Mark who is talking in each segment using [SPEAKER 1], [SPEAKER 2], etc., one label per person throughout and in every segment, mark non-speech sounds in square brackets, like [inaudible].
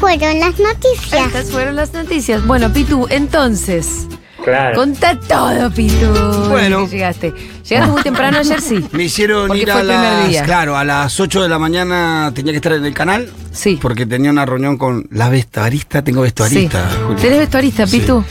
[SPEAKER 1] fueron las noticias.
[SPEAKER 2] Estas fueron las noticias. Bueno, Pitu, entonces.
[SPEAKER 3] Claro.
[SPEAKER 2] Contá todo, Pitu.
[SPEAKER 4] Bueno.
[SPEAKER 2] Llegaste. Llegaste muy temprano ayer,
[SPEAKER 4] [laughs]
[SPEAKER 2] sí.
[SPEAKER 4] Me hicieron
[SPEAKER 2] Porque
[SPEAKER 4] ir
[SPEAKER 2] fue
[SPEAKER 4] a
[SPEAKER 2] el primer
[SPEAKER 4] las,
[SPEAKER 2] día.
[SPEAKER 4] claro, a las 8 de la mañana tenía que estar en el canal.
[SPEAKER 2] Sí.
[SPEAKER 4] Porque tenía una reunión con la vestuarista, tengo vestuarista.
[SPEAKER 2] Sí.
[SPEAKER 4] Julia.
[SPEAKER 2] ¿Tenés vestuarista,
[SPEAKER 4] Sí. [laughs]
[SPEAKER 2] Pitu?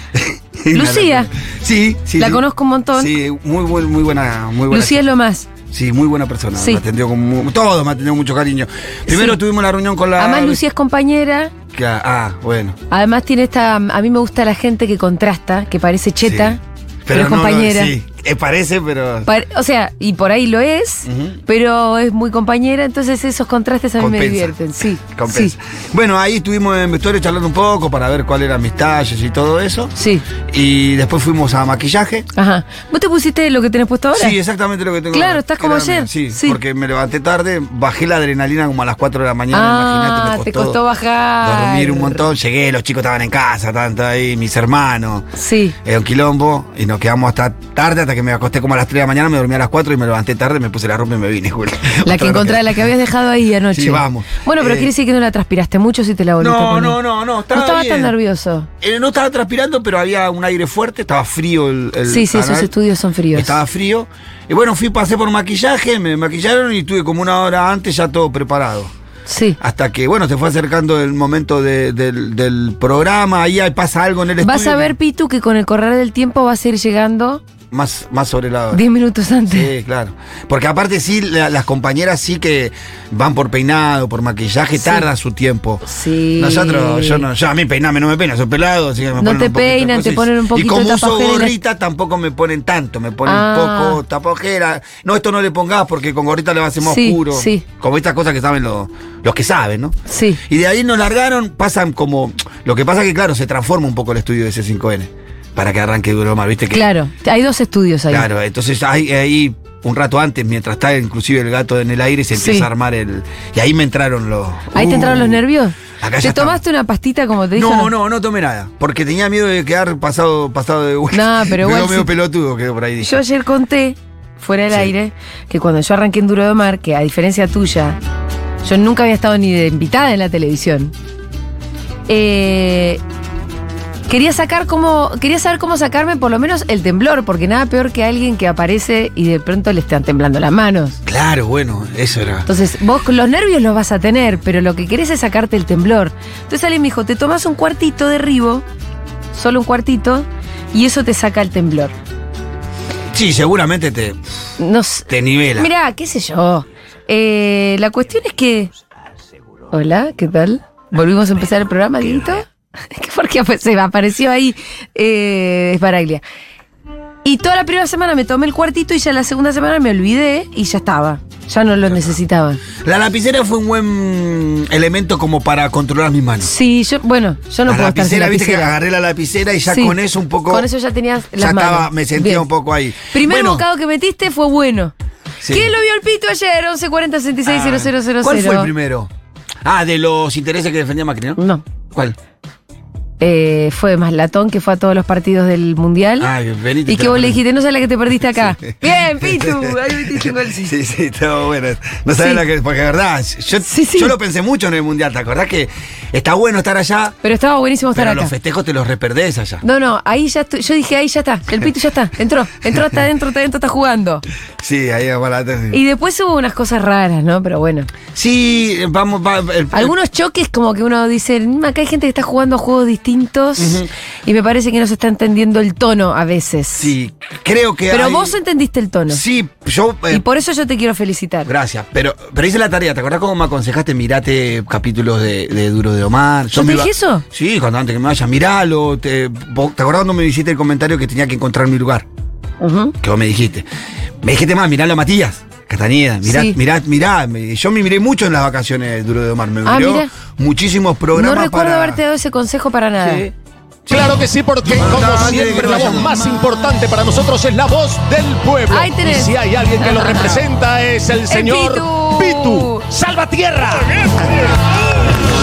[SPEAKER 4] Una
[SPEAKER 2] Lucía.
[SPEAKER 4] locura. Sí, sí.
[SPEAKER 2] La
[SPEAKER 4] sí.
[SPEAKER 2] conozco un montón.
[SPEAKER 4] Sí, muy, buen- muy buena, muy buena.
[SPEAKER 2] Lucía es lo más.
[SPEAKER 4] Sí, muy buena persona.
[SPEAKER 2] Sí.
[SPEAKER 4] Me atendió con mu- todos me atendió con mucho cariño. Primero
[SPEAKER 2] Sí.
[SPEAKER 4] tuvimos la reunión con la.
[SPEAKER 2] Además, Lucía es compañera.
[SPEAKER 4] Ah, Ah, bueno.
[SPEAKER 2] Además, tiene esta. A mí me gusta la gente que contrasta, que parece cheta,
[SPEAKER 4] Sí.
[SPEAKER 2] pero, es
[SPEAKER 4] no lo-
[SPEAKER 2] compañera.
[SPEAKER 4] sí, eh, parece, pero.
[SPEAKER 2] Par- o sea, y por ahí lo es,
[SPEAKER 4] Ujú.
[SPEAKER 2] pero es muy compañera, entonces esos contrastes a mí me
[SPEAKER 4] Compensa.
[SPEAKER 2] divierten. Sí,
[SPEAKER 4] Compensa. Bueno, ahí estuvimos en vestuario charlando un poco para ver cuáles eran mis talles y todo eso.
[SPEAKER 2] sí, sí.
[SPEAKER 4] Y después fuimos a maquillaje.
[SPEAKER 2] Ajá. ¿Vos te pusiste lo que tenés puesto ahora?
[SPEAKER 4] Sí, exactamente lo que tengo.
[SPEAKER 2] Claro, estás como
[SPEAKER 4] Era-
[SPEAKER 2] ayer.
[SPEAKER 4] Sí,
[SPEAKER 2] Sí.
[SPEAKER 4] porque me levanté tarde, bajé la adrenalina como a las 4 de la mañana,
[SPEAKER 2] Ah,
[SPEAKER 4] imagínate, me
[SPEAKER 2] te
[SPEAKER 4] costó.
[SPEAKER 2] costó bajar.
[SPEAKER 4] Dormir un montón, llegué, los chicos estaban en casa, estaban todos ahí, mis hermanos,
[SPEAKER 2] Sí.
[SPEAKER 4] era un quilombo, y nos quedamos hasta tarde, hasta que me acosté como a las 3 de la mañana, me dormí a las 4 y me levanté tarde, me puse la ropa y me vine, Julia.
[SPEAKER 2] [laughs] La que
[SPEAKER 4] Otra
[SPEAKER 2] encontré,
[SPEAKER 4] vez.
[SPEAKER 2] la que habías dejado ahí anoche.
[SPEAKER 4] Sí, vamos.
[SPEAKER 2] Bueno, pero
[SPEAKER 4] Eh,
[SPEAKER 2] quiere decir que no la transpiraste mucho si te la volviste a
[SPEAKER 4] No,
[SPEAKER 2] poner.
[SPEAKER 4] no, no, no, estaba
[SPEAKER 2] No estabas tan
[SPEAKER 4] bien.
[SPEAKER 2] nervioso.
[SPEAKER 4] Eh, no estaba transpirando, pero había un aire fuerte, estaba frío el. el
[SPEAKER 2] sí, sí, esos
[SPEAKER 4] canal.
[SPEAKER 2] estudios son fríos.
[SPEAKER 4] Estaba frío. Y bueno, fui, pasé por maquillaje, me maquillaron y estuve como una hora antes ya todo preparado.
[SPEAKER 2] Sí.
[SPEAKER 4] Hasta que, bueno, se fue acercando el momento de- del, del programa, ahí hay- pasa algo en el estudio.
[SPEAKER 2] Vas a ver, Pitu, que con el correr del tiempo vas a ir llegando
[SPEAKER 4] Más, más sobre la hora.
[SPEAKER 2] 10 minutos antes.
[SPEAKER 4] Sí, claro. Porque aparte sí, la- las compañeras sí que van por peinado, por maquillaje,
[SPEAKER 2] Sí.
[SPEAKER 4] tarda su tiempo.
[SPEAKER 2] Sí.
[SPEAKER 4] Nosotros, yo no, yo a mí peiname, no me peinan, soy pelado, así que me
[SPEAKER 2] No
[SPEAKER 4] ponen
[SPEAKER 2] te
[SPEAKER 4] un poquito de
[SPEAKER 2] peinan,
[SPEAKER 4] cosa
[SPEAKER 2] te
[SPEAKER 4] y-
[SPEAKER 2] ponen un poquito
[SPEAKER 4] Y como
[SPEAKER 2] de
[SPEAKER 4] uso
[SPEAKER 2] tapajera.
[SPEAKER 4] gorrita tampoco me ponen tanto, me ponen
[SPEAKER 2] Ah.
[SPEAKER 4] poco tapajera. No, esto no le pongas porque con gorrita le va a hacer más
[SPEAKER 2] Sí,
[SPEAKER 4] oscuro.
[SPEAKER 2] sí.
[SPEAKER 4] Como estas cosas que saben los, los que saben, ¿no?
[SPEAKER 2] Sí.
[SPEAKER 4] Y de ahí nos largaron, pasan como. Lo que pasa que, claro, se transforma un poco el estudio de C5N para que arranque duro más, ¿viste? Que,
[SPEAKER 2] Claro, hay dos estudios ahí.
[SPEAKER 4] Claro, entonces ahí, ahí un rato antes, mientras está inclusive el gato en el aire, se empieza
[SPEAKER 2] Sí.
[SPEAKER 4] a armar el. Y ahí me entraron los.
[SPEAKER 2] Ahí te
[SPEAKER 4] Uh,
[SPEAKER 2] entraron los nervios.
[SPEAKER 4] Acá
[SPEAKER 2] ¿Te
[SPEAKER 4] ya estamos.
[SPEAKER 2] tomaste una pastita como te dijo?
[SPEAKER 4] No, no, no tomé nada. Porque tenía miedo de quedar pasado, pasado de vuelta. [laughs]
[SPEAKER 2] No, pero
[SPEAKER 4] Medio-
[SPEAKER 2] igual
[SPEAKER 4] medio
[SPEAKER 2] si-
[SPEAKER 4] pelotudo quedó por ahí. dije.
[SPEAKER 2] Yo ayer conté, fuera del
[SPEAKER 4] Sí.
[SPEAKER 2] aire, que cuando yo arranqué en Duro de Mar, que a diferencia tuya, yo nunca había estado ni de invitada en la televisión. Eh, quería sacar cómo. Quería saber cómo sacarme por lo menos el temblor, porque nada peor que alguien que aparece y de pronto le están temblando las manos.
[SPEAKER 4] Claro, bueno, eso era.
[SPEAKER 2] Entonces, vos con los nervios los vas a tener, pero lo que querés es sacarte el temblor. Entonces alguien me dijo, te tomas un cuartito de ribo, solo un cuartito, y eso te saca el temblor.
[SPEAKER 4] Sí, seguramente te,
[SPEAKER 2] No sé-
[SPEAKER 4] te nivela.
[SPEAKER 2] Mirá, qué sé yo. Eh, la cuestión es que. Hola, ¿qué tal? Volvimos a empezar el programa, Dieguito. [laughs] Porque se me apareció ahí eh, Esbaraglia. Y toda la primera semana me tomé el cuartito y ya la segunda semana me olvidé y ya estaba. Ya no lo necesitaba.
[SPEAKER 4] La lapicera fue un buen elemento como para controlar mis manos.
[SPEAKER 2] Sí, yo, bueno, yo no
[SPEAKER 4] la
[SPEAKER 2] puedo estar sin
[SPEAKER 4] lapicera, viste que
[SPEAKER 2] lapicera.
[SPEAKER 4] agarré la lapicera y ya
[SPEAKER 2] Sí.
[SPEAKER 4] con eso un poco.
[SPEAKER 2] Con eso ya tenías
[SPEAKER 4] ya
[SPEAKER 2] las manos.
[SPEAKER 4] estaba, me sentía
[SPEAKER 2] Bien.
[SPEAKER 4] un poco ahí.
[SPEAKER 2] Primer
[SPEAKER 4] Bueno,
[SPEAKER 2] bocado que metiste fue bueno.
[SPEAKER 4] Sí.
[SPEAKER 2] ¿Quién lo vio el pito ayer? 1140 66
[SPEAKER 4] ah, ¿Cuál fue el primero? Ah, de los intereses que defendía Macri, ¿no?
[SPEAKER 2] No.
[SPEAKER 4] ¿Cuál?
[SPEAKER 2] eh, fue más latón que fue a todos los partidos del Mundial.
[SPEAKER 4] Ay, venite,
[SPEAKER 2] y
[SPEAKER 4] Ah, te
[SPEAKER 2] que
[SPEAKER 4] la
[SPEAKER 2] vos
[SPEAKER 4] ponés.
[SPEAKER 2] le dijiste, no sabes la que te perdiste acá.
[SPEAKER 4] [laughs] Sí.
[SPEAKER 2] Bien, Pitu, ahí [laughs]
[SPEAKER 4] [laughs]
[SPEAKER 2] metiste un gol. sí.
[SPEAKER 4] Sí, sí, estaba bueno. No sabés
[SPEAKER 2] Sí.
[SPEAKER 4] la que. Porque, de verdad, yo,
[SPEAKER 2] Sí, sí.
[SPEAKER 4] yo lo pensé mucho en el mundial. ¿Te acordás que está bueno estar allá?
[SPEAKER 2] Pero estaba buenísimo estar
[SPEAKER 4] pero
[SPEAKER 2] acá.
[SPEAKER 4] los festejos te los reperdés allá.
[SPEAKER 2] No, no, ahí ya estu- yo dije, ahí ya está, el Pitu ya está, entró, entró hasta adentro, está adentro, está jugando.
[SPEAKER 4] Sí, ahí va la
[SPEAKER 2] Y después hubo unas cosas raras, ¿no? Pero bueno.
[SPEAKER 4] Sí, vamos. va- el-
[SPEAKER 2] Algunos choques como que uno dice, "Mm, acá hay gente que está jugando a juegos distintos
[SPEAKER 4] Ujú.
[SPEAKER 2] y me parece que no se está entendiendo el tono a veces.
[SPEAKER 4] Sí, creo que.
[SPEAKER 2] Pero
[SPEAKER 4] hay-
[SPEAKER 2] vos entendiste el tono.
[SPEAKER 4] Sí, yo. eh,
[SPEAKER 2] Y por eso yo te quiero felicitar.
[SPEAKER 4] Gracias, pero, pero hice la tarea. ¿Te acordás cómo me aconsejaste? Mirate capítulos de, de Duro de Omar.
[SPEAKER 2] ¿Yo
[SPEAKER 4] me
[SPEAKER 2] te dije eso?
[SPEAKER 4] Sí, cuando antes que me vaya, miralo. Te, vos- ¿Te acordás cuando me dijiste el comentario que tenía que encontrar mi lugar?
[SPEAKER 2] Ujú.
[SPEAKER 4] que vos me dijiste. Me dijiste más, miralo a Matías. Castañeda, mirá,
[SPEAKER 2] Sí.
[SPEAKER 4] mirá, mirá. Me- Yo me miré mucho en las vacaciones de Duro de Omar. Me
[SPEAKER 2] Ah,
[SPEAKER 4] miró
[SPEAKER 2] mirá.
[SPEAKER 4] muchísimos
[SPEAKER 2] No
[SPEAKER 4] programas
[SPEAKER 2] recuerdo
[SPEAKER 4] para-
[SPEAKER 2] haberte dado ese consejo para nada.
[SPEAKER 4] Sí.
[SPEAKER 5] Claro que sí, porque como siempre la voz más importante para nosotros es la voz del pueblo.
[SPEAKER 2] Ahí tenés. Ah.
[SPEAKER 5] Y si hay alguien que lo representa es el señor
[SPEAKER 2] Pitu.
[SPEAKER 5] Pitu. Salvatierra.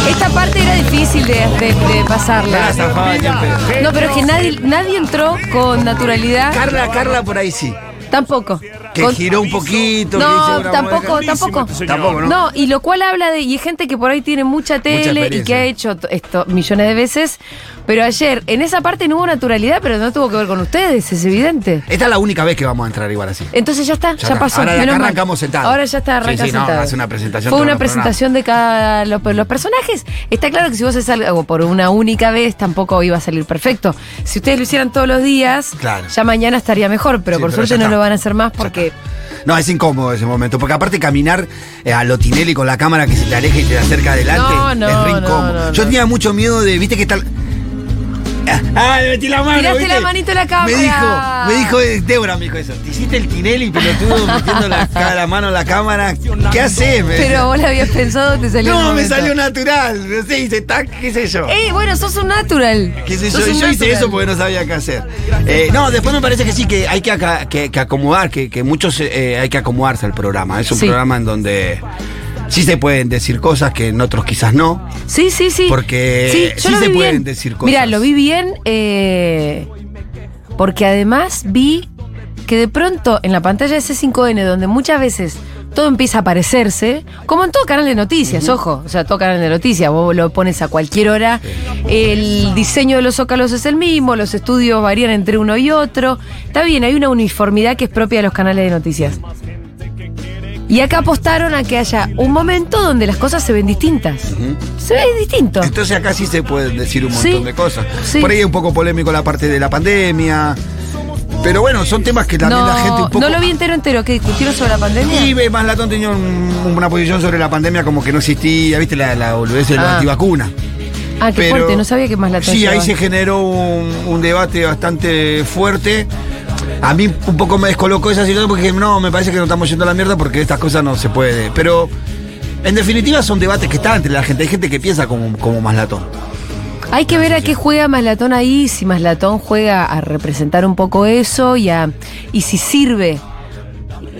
[SPEAKER 2] Esta parte era difícil de, de- de
[SPEAKER 4] Carla
[SPEAKER 2] pasarla.
[SPEAKER 4] zafaba ni en pedo.
[SPEAKER 2] No, pero es que nadie, nadie entró con naturalidad.
[SPEAKER 4] Carla, Carla por ahí sí.
[SPEAKER 2] Tampoco.
[SPEAKER 4] Que giró un poquito. que hizo
[SPEAKER 2] No,
[SPEAKER 4] una
[SPEAKER 2] tampoco,
[SPEAKER 4] mueca.
[SPEAKER 2] tampoco.
[SPEAKER 1] este señor.
[SPEAKER 4] Tampoco, ¿no?
[SPEAKER 2] No, y lo cual habla de. Y hay gente que por ahí tiene mucha tele y que
[SPEAKER 4] experiencia.
[SPEAKER 2] ha hecho t- esto millones de veces. Pero ayer, en esa parte no hubo naturalidad, pero no tuvo que ver con ustedes, es evidente.
[SPEAKER 4] Esta es la única vez que vamos a entrar igual así.
[SPEAKER 2] Entonces ya está, ya,
[SPEAKER 4] está.
[SPEAKER 2] pasó.
[SPEAKER 4] Ahora de acá
[SPEAKER 2] menos mal.
[SPEAKER 4] arrancamos sentados.
[SPEAKER 2] Ahora ya está,
[SPEAKER 4] Sí,
[SPEAKER 2] arranca
[SPEAKER 4] sí, no,
[SPEAKER 2] sentado.
[SPEAKER 4] hace una presentación
[SPEAKER 2] Fue
[SPEAKER 4] todo
[SPEAKER 2] una
[SPEAKER 4] el programa.
[SPEAKER 2] presentación de cada. Los, los personajes. Está claro que si vos haces algo por una única vez, tampoco iba a salir perfecto. Si ustedes lo hicieran todos los días,
[SPEAKER 4] Claro.
[SPEAKER 2] ya mañana estaría mejor, pero
[SPEAKER 4] Sí,
[SPEAKER 2] por
[SPEAKER 4] pero
[SPEAKER 2] suerte
[SPEAKER 4] ya
[SPEAKER 2] no
[SPEAKER 4] está.
[SPEAKER 2] lo van a hacer más
[SPEAKER 4] Ya
[SPEAKER 2] porque.
[SPEAKER 4] No, es incómodo ese momento, porque aparte caminar eh, a lo Tinelli con la cámara que se te aleja y te acerca adelante
[SPEAKER 2] No, no,
[SPEAKER 4] es re
[SPEAKER 2] no,
[SPEAKER 4] incómodo.
[SPEAKER 2] no, no.
[SPEAKER 4] Yo tenía mucho miedo de, viste que tal. Ah, ah, le metí la mano.
[SPEAKER 2] Tiraste
[SPEAKER 4] ¿viste?
[SPEAKER 2] la manito en la cámara.
[SPEAKER 4] Me dijo, me dijo eh, Débora, me dijo eso. Te hiciste el
[SPEAKER 2] [laughs]
[SPEAKER 4] Tinelli, pelotudo, metiendo la, ca- la mano en la cámara. ¿Qué haces? Me
[SPEAKER 2] Pero vos lo habías pensado, te
[SPEAKER 4] decía.
[SPEAKER 2] salió. el
[SPEAKER 4] no, me
[SPEAKER 2] momento.
[SPEAKER 4] salió natural. No sé, hice tac, qué sé yo.
[SPEAKER 2] ¡Ey, bueno, sos un natural!
[SPEAKER 4] Qué sé yo,
[SPEAKER 2] Sos
[SPEAKER 4] y
[SPEAKER 2] un
[SPEAKER 4] yo hice
[SPEAKER 2] natural.
[SPEAKER 4] eso porque no sabía qué hacer. Eh, no, después me parece que sí, que hay que, aca- que- que acomodar, que, que muchos eh, hay que acomodarse al programa. Es un
[SPEAKER 2] Sí.
[SPEAKER 4] programa en donde sí se pueden decir cosas que en otros quizás no.
[SPEAKER 2] Sí, sí, sí.
[SPEAKER 4] Porque sí
[SPEAKER 2] lo
[SPEAKER 4] se
[SPEAKER 2] vi
[SPEAKER 4] pueden
[SPEAKER 2] bien.
[SPEAKER 4] decir
[SPEAKER 2] Mira,
[SPEAKER 4] cosas.
[SPEAKER 2] lo vi bien eh, porque además vi que de pronto en la pantalla de C5N, donde muchas veces todo empieza a parecerse, como en todo canal de noticias, ojo, o sea, todo canal de noticias, vos lo pones a cualquier hora, el diseño de los zócalos es el mismo, los estudios varían entre uno y otro, está bien, hay una uniformidad que es propia de los canales de noticias. Y acá apostaron a que haya un momento donde las cosas se ven distintas. Se ve distinto.
[SPEAKER 4] Entonces acá sí se pueden decir un montón
[SPEAKER 2] Sí.
[SPEAKER 4] de cosas.
[SPEAKER 2] Sí.
[SPEAKER 4] Por ahí es un poco polémico la parte de la pandemia. Pero bueno, son temas que también
[SPEAKER 2] No,
[SPEAKER 4] la gente un poco.
[SPEAKER 2] no lo vi entero entero, que discutieron sobre la pandemia.
[SPEAKER 4] Y más latón tenía un- una posición sobre la pandemia como que no existía, viste, la, la boludez de
[SPEAKER 2] Ah.
[SPEAKER 4] la antivacuna.
[SPEAKER 2] ah, qué
[SPEAKER 4] pero-
[SPEAKER 2] fuerte, no sabía que más la
[SPEAKER 4] Sí, ahí se generó un, un debate bastante fuerte. A mí un poco me descolocó esa situación porque dije, no, me parece que no estamos yendo a la mierda porque estas cosas no se puede. Pero en definitiva son debates que están entre la gente. Hay gente que piensa como, como más latón.
[SPEAKER 2] Hay que ver a qué juega Maslatón ahí, si Maslatón juega a representar un poco eso y, a, y si sirve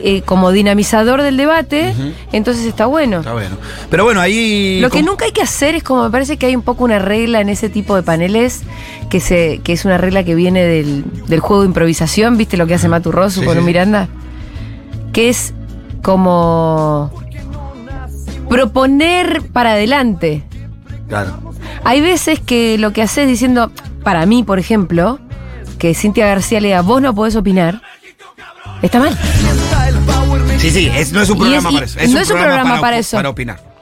[SPEAKER 2] eh, como dinamizador del debate, entonces está bueno.
[SPEAKER 4] Está bueno. Pero bueno, ahí.
[SPEAKER 2] Lo que
[SPEAKER 4] como-
[SPEAKER 2] nunca hay que hacer es como me parece que hay un poco una regla en ese tipo de paneles, que se, que es una regla que viene del, del juego de improvisación, ¿viste lo que hace Matu Rosu
[SPEAKER 4] Sí,
[SPEAKER 2] con
[SPEAKER 4] sí,
[SPEAKER 2] un
[SPEAKER 4] sí.
[SPEAKER 2] Miranda? Que es como proponer para adelante.
[SPEAKER 4] Claro.
[SPEAKER 2] Hay veces que lo que haces diciendo, para mí, por ejemplo, que Cintia García le diga, vos no podés opinar, está mal.
[SPEAKER 4] Sí, sí, es- no es un
[SPEAKER 2] Y
[SPEAKER 4] programa
[SPEAKER 2] es- y
[SPEAKER 4] para eso.
[SPEAKER 2] no es un programa para
[SPEAKER 4] op-
[SPEAKER 2] eso.
[SPEAKER 4] Para opinar.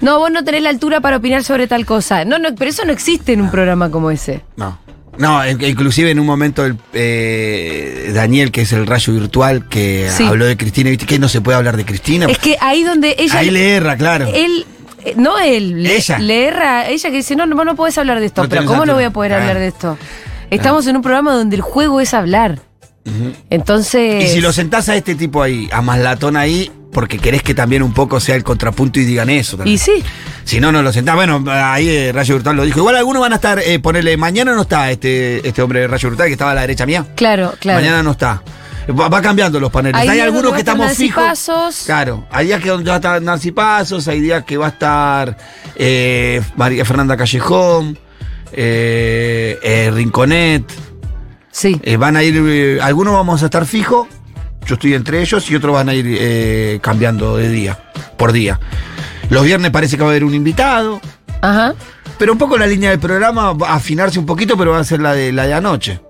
[SPEAKER 2] No, vos no tenés la altura para opinar sobre tal cosa. No, no, pero eso no existe en un programa como ese.
[SPEAKER 4] No. No, in- inclusive en un momento el, eh, Daniel, que es el rayo virtual, que
[SPEAKER 2] Sí.
[SPEAKER 4] habló de Cristina, ¿viste? Que no se puede hablar de Cristina.
[SPEAKER 2] Es que ahí donde ella.
[SPEAKER 4] Ahí le erra, claro.
[SPEAKER 2] Él, eh, no él, le-
[SPEAKER 4] Ella.
[SPEAKER 2] Le, erra, ella que dice, no, no, vos no podés hablar de esto,
[SPEAKER 4] No
[SPEAKER 2] pero
[SPEAKER 4] tenés
[SPEAKER 2] ¿cómo no
[SPEAKER 4] altura.
[SPEAKER 2] voy a poder
[SPEAKER 4] Ah.
[SPEAKER 2] hablar de esto? Estamos en un programa donde el juego es hablar. Entonces.
[SPEAKER 4] Y si lo sentás a este tipo ahí, a Maslatón ahí, porque querés que también un poco sea el contrapunto y digan eso. también.
[SPEAKER 2] Y sí.
[SPEAKER 4] Si no, no lo sentás. Bueno, ahí eh, Rayo Virtual lo dijo. Igual algunos van a estar, eh, ponele, mañana no está este, este hombre de Rayo Virtual que estaba a la derecha mía.
[SPEAKER 2] Claro, claro.
[SPEAKER 4] Mañana no está. Va, va cambiando los paneles.
[SPEAKER 2] Hay
[SPEAKER 4] hay
[SPEAKER 2] días
[SPEAKER 4] algunos
[SPEAKER 2] donde
[SPEAKER 4] que
[SPEAKER 2] va a estar
[SPEAKER 4] estamos
[SPEAKER 2] Nancy
[SPEAKER 4] fijos.
[SPEAKER 2] Pasos.
[SPEAKER 4] Claro. Hay días que donde va a estar Nancy Pasos, hay días que va a estar eh, María Fernanda Callejón, eh, eh, Rinconet.
[SPEAKER 2] Sí.
[SPEAKER 4] Eh, van a ir, eh, algunos vamos a estar fijos, yo estoy entre ellos, y otros van a ir eh, cambiando de día, por día. Los viernes parece que va a haber un invitado,
[SPEAKER 2] Ajá.
[SPEAKER 4] pero un poco la línea del programa va a afinarse un poquito, pero va a ser la de, la de anoche.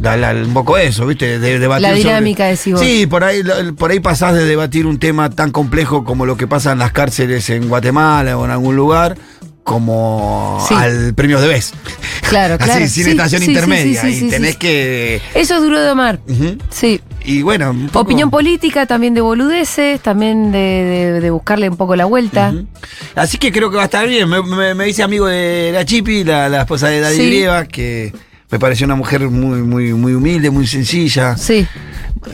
[SPEAKER 4] La- la- un poco eso, ¿viste? De, debatir
[SPEAKER 2] La
[SPEAKER 4] sobre-
[SPEAKER 2] dinámica, decís vos.
[SPEAKER 4] Sí, por ahí, lo- por ahí pasás de debatir un tema tan complejo como lo que pasa en las cárceles en Guatemala o en algún lugar, como
[SPEAKER 2] Sí.
[SPEAKER 4] al premio de vez.
[SPEAKER 2] Claro, claro.
[SPEAKER 4] Así, sin
[SPEAKER 2] Sí,
[SPEAKER 4] estación
[SPEAKER 2] sí, sí,
[SPEAKER 4] intermedia.
[SPEAKER 2] sí, sí, sí,
[SPEAKER 4] y tenés
[SPEAKER 2] sí.
[SPEAKER 4] que.
[SPEAKER 2] Eso es duro de amar.
[SPEAKER 4] Ujú.
[SPEAKER 2] Sí.
[SPEAKER 4] Y bueno, un poco-
[SPEAKER 2] Opinión política, también de boludeces, también de, de- de buscarle un poco la vuelta.
[SPEAKER 4] Ujú. Así que creo que va a estar bien. Me, me- me hice amigo de la Chipi, la, la esposa de Daddy
[SPEAKER 2] Sí.
[SPEAKER 4] Grieva, que me pareció una mujer muy, muy, muy humilde, muy sencilla,
[SPEAKER 2] Sí.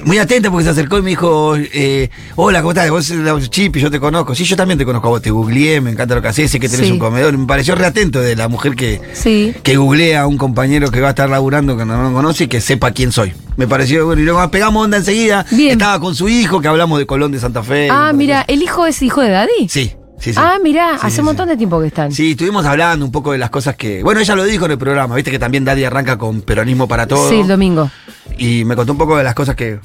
[SPEAKER 4] muy atenta porque se acercó y me dijo, eh, hola, ¿cómo estás? Vos sos la Chipi, yo te conozco. Sí, yo también te conozco a vos, te googleé, me encanta lo que haces, sé que tenés
[SPEAKER 2] Sí.
[SPEAKER 4] un comedor. Me pareció reatento de la mujer que,
[SPEAKER 2] Sí.
[SPEAKER 4] que googlea a un compañero que va a estar laburando que no lo conoce y que sepa quién soy. Me pareció bueno. Y luego pegamos onda enseguida.
[SPEAKER 2] Bien.
[SPEAKER 4] Estaba con su hijo, que hablamos de Colón de Santa Fe.
[SPEAKER 2] Ah,
[SPEAKER 4] un par de
[SPEAKER 2] mira, ¿el hijo es hijo de Daddy?
[SPEAKER 4] Eh, Sí, sí, sí.
[SPEAKER 2] Ah, mira,
[SPEAKER 4] Sí,
[SPEAKER 2] hace
[SPEAKER 4] sí,
[SPEAKER 2] un montón de tiempo que están.
[SPEAKER 4] Sí. Sí, estuvimos hablando un poco de las cosas que. Bueno, ella lo dijo en el programa, viste que también Daddy arranca con peronismo para todo.
[SPEAKER 2] Sí, el domingo.
[SPEAKER 4] Y me contó un poco de las cosas que.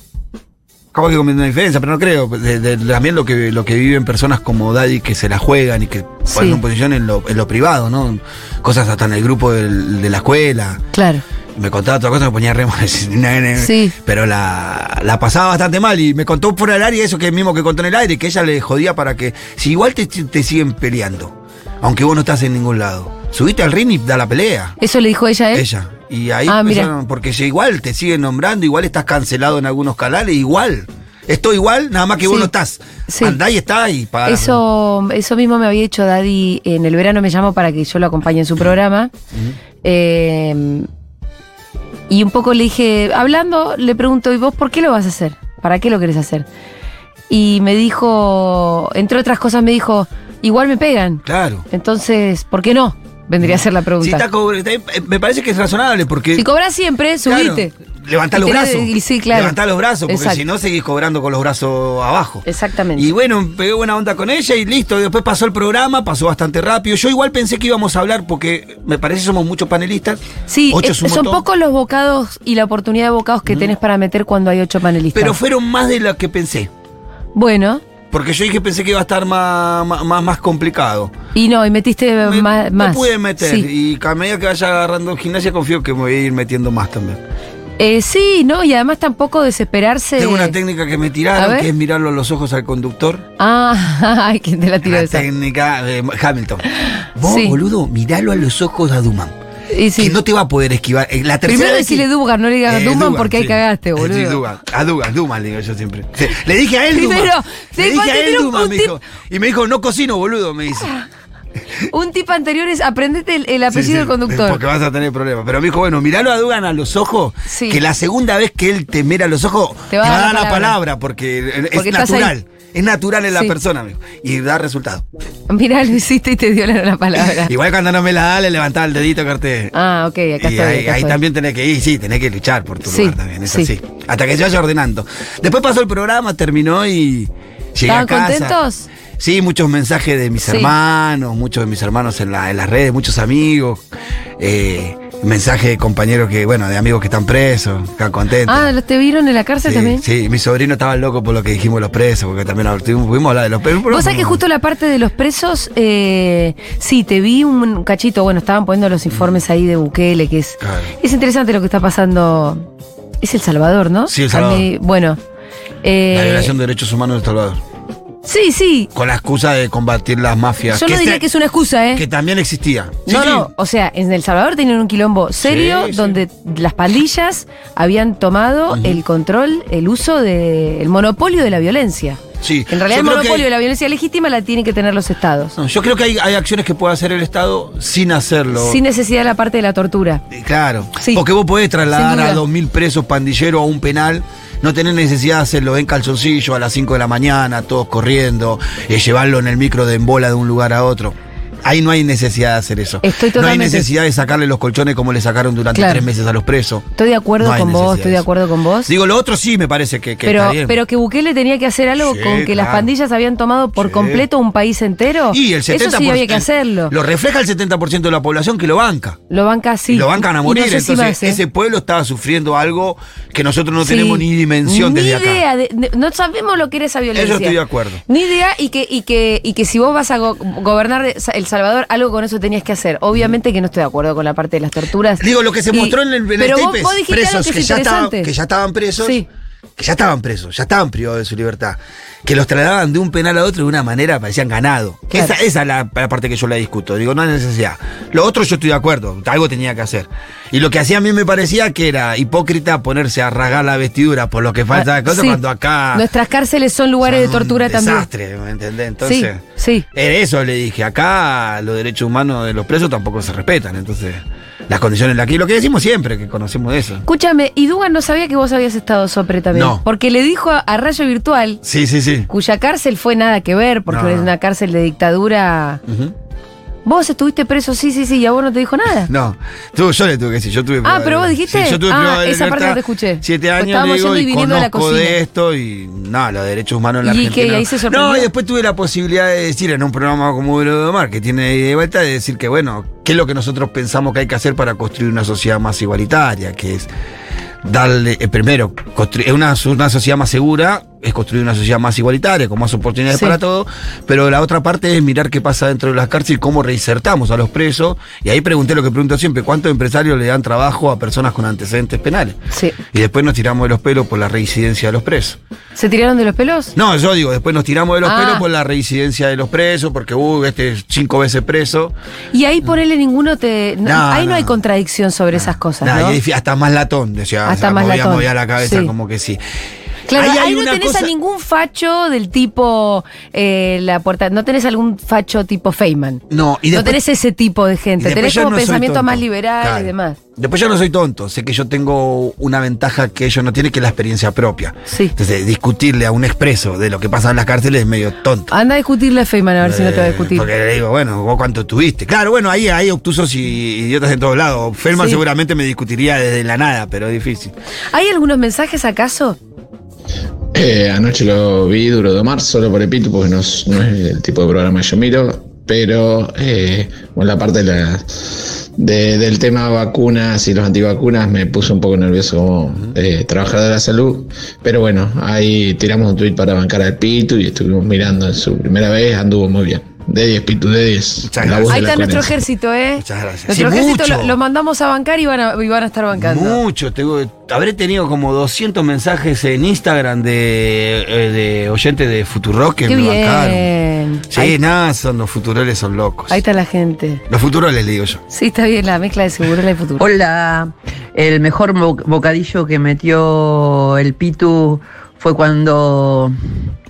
[SPEAKER 4] capaz que comete una diferencia, pero no creo. De- de- también lo que, lo que viven personas como Daddy que se la juegan y que
[SPEAKER 2] Sí.
[SPEAKER 4] ponen posición en lo, en lo privado, ¿no? Cosas hasta en el grupo del- de la escuela.
[SPEAKER 2] Claro.
[SPEAKER 4] Me contaba otra cosa, me ponía re mal. [laughs] Una nena-
[SPEAKER 2] Sí.
[SPEAKER 4] Pero la, la pasaba bastante mal y me contó fuera del aire eso que mismo que contó en el aire, que ella le jodía para que. Si igual te, te siguen peleando, aunque vos no estás en ningún lado, subiste al ring y da la pelea.
[SPEAKER 2] ¿Eso le dijo ella a él?
[SPEAKER 4] Ella. Y ahí
[SPEAKER 2] ¿Eh? Ah, mira.
[SPEAKER 4] empezaron, porque si igual te siguen nombrando, igual estás cancelado en algunos canales, igual. Estoy igual, nada más que vos
[SPEAKER 2] Sí.
[SPEAKER 4] no estás.
[SPEAKER 2] Sí.
[SPEAKER 4] Andá y está y para.
[SPEAKER 2] Eso, eso mismo me había dicho Daddy en el verano, me llamó para que yo lo acompañe en su programa. Eh, y un poco le dije, hablando, le pregunto, ¿y vos por qué lo vas a hacer? ¿Para qué lo querés hacer? Y me dijo, entre otras cosas, me dijo, igual me pegan.
[SPEAKER 4] Claro.
[SPEAKER 2] Entonces, ¿por qué no? Vendría a ser la
[SPEAKER 4] Si
[SPEAKER 2] pregunta.
[SPEAKER 4] está cobre- está- eh, me parece que es razonable porque.
[SPEAKER 2] Si cobras siempre, subite.
[SPEAKER 4] Claro, levantá
[SPEAKER 2] Y
[SPEAKER 4] los
[SPEAKER 2] tenés-
[SPEAKER 4] brazos.
[SPEAKER 2] y sí, claro.
[SPEAKER 4] Levantá los brazos, porque
[SPEAKER 2] Exacto.
[SPEAKER 4] si no seguís cobrando con los brazos abajo.
[SPEAKER 2] Exactamente.
[SPEAKER 4] Y bueno, pegué buena onda con ella y listo. Después pasó el programa, pasó bastante rápido. Yo igual pensé que íbamos a hablar porque me parece que somos muchos panelistas.
[SPEAKER 2] Sí,
[SPEAKER 4] Ocho
[SPEAKER 2] eh,
[SPEAKER 4] es un
[SPEAKER 2] son
[SPEAKER 4] montón. Mm.
[SPEAKER 2] pocos los bocados y la oportunidad de bocados que tenés para meter cuando hay ocho panelistas.
[SPEAKER 4] Pero fueron más de lo que pensé.
[SPEAKER 2] bueno,
[SPEAKER 4] Porque yo dije pensé que iba a estar más, más- más, más complicado.
[SPEAKER 2] y no, y metiste
[SPEAKER 4] Me-
[SPEAKER 2] más,
[SPEAKER 4] no
[SPEAKER 2] más.
[SPEAKER 4] pude meter.
[SPEAKER 2] Sí.
[SPEAKER 4] Y a medida que vaya agarrando gimnasia, confío que me voy a ir metiendo más también.
[SPEAKER 2] Eh, sí, no, y además tampoco desesperarse.
[SPEAKER 4] Tengo una técnica que me
[SPEAKER 2] A
[SPEAKER 4] tiraron,
[SPEAKER 2] ver.
[SPEAKER 4] que es mirarlo a los ojos al conductor.
[SPEAKER 2] Ah, [laughs] ay, ¿quién te la tiró
[SPEAKER 4] La
[SPEAKER 2] esa?
[SPEAKER 4] técnica de Hamilton. Vos,
[SPEAKER 2] Sí.
[SPEAKER 4] boludo, miralo a los ojos a Duman.
[SPEAKER 2] Y sí.
[SPEAKER 4] Que no te va a poder esquivar. Eh, La tercera
[SPEAKER 2] Primero
[SPEAKER 4] vez que-
[SPEAKER 2] decirle Dugan, no le digas
[SPEAKER 4] Eh,
[SPEAKER 2] Duman porque ahí
[SPEAKER 4] sí.
[SPEAKER 2] cagaste,
[SPEAKER 4] Eh, sí,
[SPEAKER 2] boludo.
[SPEAKER 4] Dugan. A Dugan, Duman le digo yo siempre. Sí. Le dije a él
[SPEAKER 2] Primero,
[SPEAKER 4] Duman.
[SPEAKER 2] sí,
[SPEAKER 4] Le dije
[SPEAKER 2] cuando
[SPEAKER 4] a
[SPEAKER 2] te
[SPEAKER 4] él
[SPEAKER 2] tira un-
[SPEAKER 4] Duman,
[SPEAKER 2] un
[SPEAKER 4] me
[SPEAKER 2] tip-
[SPEAKER 4] dijo. Y me dijo, no cocino, boludo, me dice.
[SPEAKER 2] Un tip anterior es aprendete el, el
[SPEAKER 4] Sí,
[SPEAKER 2] apellido
[SPEAKER 4] sí,
[SPEAKER 2] del conductor.
[SPEAKER 4] Porque vas a tener problemas. Pero me dijo, bueno, miralo a Dugan a los ojos,
[SPEAKER 2] Sí.
[SPEAKER 4] que la segunda vez que él te mira a los ojos, te va, a dar la palabra, porque, eh,
[SPEAKER 2] Porque
[SPEAKER 4] es
[SPEAKER 2] estás
[SPEAKER 4] natural. Es natural en la
[SPEAKER 2] Sí.
[SPEAKER 4] persona, me dijo. Y da resultado.
[SPEAKER 2] Mirá, lo hiciste y te dio la, la palabra.
[SPEAKER 4] [laughs] Igual cuando no me la da, le levantaba el dedito, Carté.
[SPEAKER 2] Ah, ok, acá
[SPEAKER 4] Y
[SPEAKER 2] estoy.
[SPEAKER 4] ahí,
[SPEAKER 2] acá
[SPEAKER 4] ahí
[SPEAKER 2] estoy.
[SPEAKER 4] también tenés que ir, sí, tenés que luchar por tu
[SPEAKER 2] Sí,
[SPEAKER 4] lugar también, es
[SPEAKER 2] sí.
[SPEAKER 4] así. Hasta que se vaya ordenando. Después pasó el programa, terminó y llegué a
[SPEAKER 2] ¿Estaban
[SPEAKER 4] casa.
[SPEAKER 2] contentos?
[SPEAKER 4] Sí, muchos mensajes de mis
[SPEAKER 2] Sí.
[SPEAKER 4] hermanos, muchos de mis hermanos en, la- en las redes, muchos amigos. eh, mensajes de compañeros que, bueno, de amigos que están presos, están contentos.
[SPEAKER 2] Ah, ¿los te vieron en la cárcel
[SPEAKER 4] sí,
[SPEAKER 2] también?
[SPEAKER 4] sí, mi sobrino estaba loco por lo que dijimos los presos, porque también hab- tuvimos- pudimos hablar de los presos.
[SPEAKER 2] Vos sabés que justo la parte de los presos, eh, sí, te vi un cachito, bueno, estaban poniendo los informes ahí de Bukele, que es...
[SPEAKER 4] Claro.
[SPEAKER 2] Es interesante lo que está pasando. Es El Salvador, ¿no?
[SPEAKER 4] Sí, El
[SPEAKER 2] A
[SPEAKER 4] Salvador.
[SPEAKER 2] mí- bueno. eh,
[SPEAKER 4] La violación de derechos humanos en El Salvador.
[SPEAKER 2] Sí, sí.
[SPEAKER 4] Con la excusa de combatir las mafias.
[SPEAKER 2] Yo no diría
[SPEAKER 4] se-
[SPEAKER 2] que es una excusa, ¿eh?
[SPEAKER 4] este que también existía.
[SPEAKER 2] no,
[SPEAKER 4] Sí,
[SPEAKER 2] no. O sea, en El Salvador tenían un quilombo serio
[SPEAKER 4] Sí, sí.
[SPEAKER 2] donde las pandillas habían tomado el control, el uso del monopolio de la violencia.
[SPEAKER 4] Sí.
[SPEAKER 2] En realidad,
[SPEAKER 4] Yo
[SPEAKER 2] el
[SPEAKER 4] creo que
[SPEAKER 2] monopoliio
[SPEAKER 4] hay-
[SPEAKER 2] de la violencia legítima la tienen que tener los estados.
[SPEAKER 4] No, yo creo que hay, hay acciones que puede hacer el Estado sin hacerlo.
[SPEAKER 2] Sin necesidad de la parte de la tortura.
[SPEAKER 4] Eh, Claro.
[SPEAKER 2] Sí.
[SPEAKER 4] Porque vos podés
[SPEAKER 2] Sin
[SPEAKER 4] trasladar
[SPEAKER 2] duda.
[SPEAKER 4] a 2.000 presos pandilleros a un penal. No tenés necesidad de hacerlo en calzoncillo a las 5 de la mañana, todos corriendo, eh, llevarlo en el micro de embola de un lugar a otro. Ahí no hay necesidad de hacer eso.
[SPEAKER 2] Estoy
[SPEAKER 4] no hay
[SPEAKER 2] totalmente-
[SPEAKER 4] necesidad de sacarle los colchones como le sacaron durante
[SPEAKER 2] Claro.
[SPEAKER 4] tres meses a los presos.
[SPEAKER 2] Estoy de acuerdo
[SPEAKER 4] No hay
[SPEAKER 2] con vos,
[SPEAKER 4] necesidad
[SPEAKER 2] estoy
[SPEAKER 4] de
[SPEAKER 2] de
[SPEAKER 4] eso.
[SPEAKER 2] acuerdo con vos.
[SPEAKER 4] Digo, lo otro sí me parece que, que
[SPEAKER 2] pero,
[SPEAKER 4] está bien.
[SPEAKER 2] pero que Bukele tenía que hacer algo
[SPEAKER 4] Sí,
[SPEAKER 2] con que las
[SPEAKER 4] claro.
[SPEAKER 2] pandillas habían tomado por
[SPEAKER 4] Sí.
[SPEAKER 2] completo un país entero.
[SPEAKER 4] y el 70%.
[SPEAKER 2] Eso sí había que hacerlo.
[SPEAKER 4] Lo refleja el 70% de la población que lo banca.
[SPEAKER 2] Lo banca
[SPEAKER 4] Y
[SPEAKER 2] así.
[SPEAKER 4] lo bancan a
[SPEAKER 2] Y
[SPEAKER 4] morir.
[SPEAKER 2] no sé si
[SPEAKER 4] Entonces,
[SPEAKER 2] más, ¿eh?
[SPEAKER 4] ese pueblo estaba sufriendo algo que nosotros no
[SPEAKER 2] Sí.
[SPEAKER 4] tenemos ni dimensión
[SPEAKER 2] Ni
[SPEAKER 4] desde acá.
[SPEAKER 2] idea de- de- no sabemos lo que era esa violencia.
[SPEAKER 4] Eso estoy de acuerdo.
[SPEAKER 2] Ni idea y que, y que, y que si vos vas a go- gobernar El Salvador, algo con eso tenías que hacer. Obviamente que no estoy de acuerdo con la parte de las torturas.
[SPEAKER 4] Digo, lo que se
[SPEAKER 2] Y-
[SPEAKER 4] mostró en el, en el
[SPEAKER 2] pero vos-
[SPEAKER 4] tape es
[SPEAKER 2] vos dijiste algo
[SPEAKER 4] presos
[SPEAKER 2] que,
[SPEAKER 4] que,
[SPEAKER 2] es
[SPEAKER 4] ya estaban,
[SPEAKER 2] interesante.
[SPEAKER 4] que ya estaban presos,
[SPEAKER 2] Sí.
[SPEAKER 4] que ya estaban presos, ya estaban privados de su libertad, que los trasladaban de un penal a otro de una manera parecían ganado.
[SPEAKER 2] Claro.
[SPEAKER 4] Esa, esa es la, la parte que yo la discuto. Digo, no hay necesidad. Lo otro yo estoy de acuerdo, algo tenía que hacer. Y lo que hacía a mí me parecía que era hipócrita ponerse a rasgar la vestidura por lo que falta de cosas
[SPEAKER 2] Ah, Sí.
[SPEAKER 4] cuando acá.
[SPEAKER 2] Nuestras cárceles son lugares de
[SPEAKER 4] son un
[SPEAKER 2] tortura también.
[SPEAKER 4] Desastre, ¿me entendés? Entonces.
[SPEAKER 2] Sí, sí.
[SPEAKER 4] Era eso, le dije. Acá los derechos humanos de los presos tampoco se respetan. Entonces, las condiciones en las que. Lo que decimos siempre, que conocemos de eso.
[SPEAKER 2] Escúchame, y Dugan no sabía que vos habías estado sopre también.
[SPEAKER 4] No.
[SPEAKER 2] Porque le dijo a, a Rayo Virtual,
[SPEAKER 4] Sí, sí, sí.
[SPEAKER 2] cuya cárcel fue nada que ver, porque
[SPEAKER 4] No.
[SPEAKER 2] es una cárcel de dictadura.
[SPEAKER 4] Ujú.
[SPEAKER 2] Vos estuviste preso, sí, sí, sí, y a vos no te dijo nada.
[SPEAKER 4] No, tú, yo le tuve que decir, yo tuve privado de
[SPEAKER 2] pero vos
[SPEAKER 4] libertad.
[SPEAKER 2] dijiste.
[SPEAKER 4] Sí, yo tuve
[SPEAKER 2] Ah,
[SPEAKER 4] privado de
[SPEAKER 2] esa parte
[SPEAKER 4] libertad
[SPEAKER 2] no te escuché.
[SPEAKER 4] Siete
[SPEAKER 2] Pues
[SPEAKER 4] años,
[SPEAKER 2] estábamos
[SPEAKER 4] le digo,
[SPEAKER 2] yendo y
[SPEAKER 4] y
[SPEAKER 2] viniendo de la
[SPEAKER 4] conozco
[SPEAKER 2] cocina.
[SPEAKER 4] de esto y no, los derechos humanos en la
[SPEAKER 2] ¿Y qué?
[SPEAKER 4] Argentina.
[SPEAKER 2] ¿Y ahí
[SPEAKER 4] no.
[SPEAKER 2] se sorprendió?
[SPEAKER 4] No, y después tuve la posibilidad de decir en un programa como Duro de Mar, que tiene ahí de vuelta, de decir que bueno, qué es lo que nosotros pensamos que hay que hacer para construir una sociedad más igualitaria, que es darle, eh, primero, construir una, una sociedad más segura es construir una sociedad más igualitaria, con más oportunidades
[SPEAKER 2] Sí.
[SPEAKER 4] para todos, pero la otra parte es mirar qué pasa dentro de las cárceles y cómo reinsertamos a los presos. Y ahí pregunté lo que pregunto siempre, ¿cuántos empresarios le dan trabajo a personas con antecedentes penales?
[SPEAKER 2] Sí.
[SPEAKER 4] Y después nos tiramos de los pelos por la reincidencia de los presos.
[SPEAKER 2] ¿Se tiraron de los pelos?
[SPEAKER 4] No, yo digo, después nos tiramos de los
[SPEAKER 2] Ah.
[SPEAKER 4] pelos por la reincidencia de los presos, porque, uh, este es cinco veces preso.
[SPEAKER 2] Y ahí ponele ninguno te. no,
[SPEAKER 4] No,
[SPEAKER 2] ahí no,
[SPEAKER 4] no.
[SPEAKER 2] hay contradicción sobre esas cosas.
[SPEAKER 4] Nah,
[SPEAKER 2] ¿no?
[SPEAKER 4] y es difí- hasta más latón, decía,
[SPEAKER 2] Hasta
[SPEAKER 4] o sea,
[SPEAKER 2] más
[SPEAKER 4] movía,
[SPEAKER 2] latón.
[SPEAKER 4] movía la cabeza,
[SPEAKER 2] Sí.
[SPEAKER 4] como que sí.
[SPEAKER 2] Claro, ahí,
[SPEAKER 4] hay
[SPEAKER 2] no
[SPEAKER 4] una
[SPEAKER 2] tenés
[SPEAKER 4] cosa-
[SPEAKER 2] a ningún facho del tipo eh, la puerta, no tenés algún facho tipo Feynman.
[SPEAKER 4] No, y
[SPEAKER 2] no
[SPEAKER 4] después-
[SPEAKER 2] tenés ese tipo de
[SPEAKER 4] y
[SPEAKER 2] gente,
[SPEAKER 4] después
[SPEAKER 2] tenés
[SPEAKER 4] yo
[SPEAKER 2] como
[SPEAKER 4] no soy
[SPEAKER 2] pensamiento
[SPEAKER 4] tonto.
[SPEAKER 2] más liberal y
[SPEAKER 4] Claro.
[SPEAKER 2] demás.
[SPEAKER 4] Después yo no soy tonto, sé que yo tengo una ventaja que ellos no tienen, que es la experiencia propia.
[SPEAKER 2] Sí.
[SPEAKER 4] Entonces, discutirle a un expreso de lo que pasa en las cárceles es medio tonto.
[SPEAKER 2] Anda a discutirle a Feynman a ver si no te va a
[SPEAKER 4] Eh,
[SPEAKER 2] discutir.
[SPEAKER 4] Porque le digo, bueno, vos cuánto tuviste. Claro, bueno, ahí hay obtusos y idiotas en todos lados. Feldman
[SPEAKER 2] Sí.
[SPEAKER 4] seguramente me discutiría desde la nada, pero es difícil.
[SPEAKER 2] ¿Hay algunos mensajes acaso?
[SPEAKER 1] Eh, anoche lo vi duro de mar, solo por Epito, porque no es, no es el tipo de programa que yo miro, pero eh, bueno, la parte de la- de- del tema vacunas y los antivacunas me puso un poco nervioso como eh, trabajador de la salud, pero bueno, ahí tiramos un tuit para bancar al Pitu y estuvimos mirando en su primera vez, anduvo muy bien. De 10, Pitu, de 10.
[SPEAKER 4] Muchas
[SPEAKER 1] La voz
[SPEAKER 2] Ahí
[SPEAKER 1] de la
[SPEAKER 2] está nuestro
[SPEAKER 1] coherencia.
[SPEAKER 2] ejército, ¿eh?
[SPEAKER 4] Muchas gracias.
[SPEAKER 2] Nuestro
[SPEAKER 4] Sí,
[SPEAKER 2] ejército
[SPEAKER 4] mucho.
[SPEAKER 2] lo- los mandamos a bancar y van a, y van a estar bancando.
[SPEAKER 4] Mucho, tengo- habré tenido como 200 mensajes en Instagram de, eh, de oyentes de Futurock que
[SPEAKER 2] Qué
[SPEAKER 4] me bancaron.
[SPEAKER 2] bien.
[SPEAKER 4] Sí, pues.
[SPEAKER 2] ahí,
[SPEAKER 4] nada, son los futuroles son locos.
[SPEAKER 2] ahí está la gente.
[SPEAKER 4] Los futuroles, le digo yo.
[SPEAKER 2] Sí, está bien la mezcla de seguro y futuro.
[SPEAKER 3] Hola, el mejor bo- bocadillo que metió el Pitu fue cuando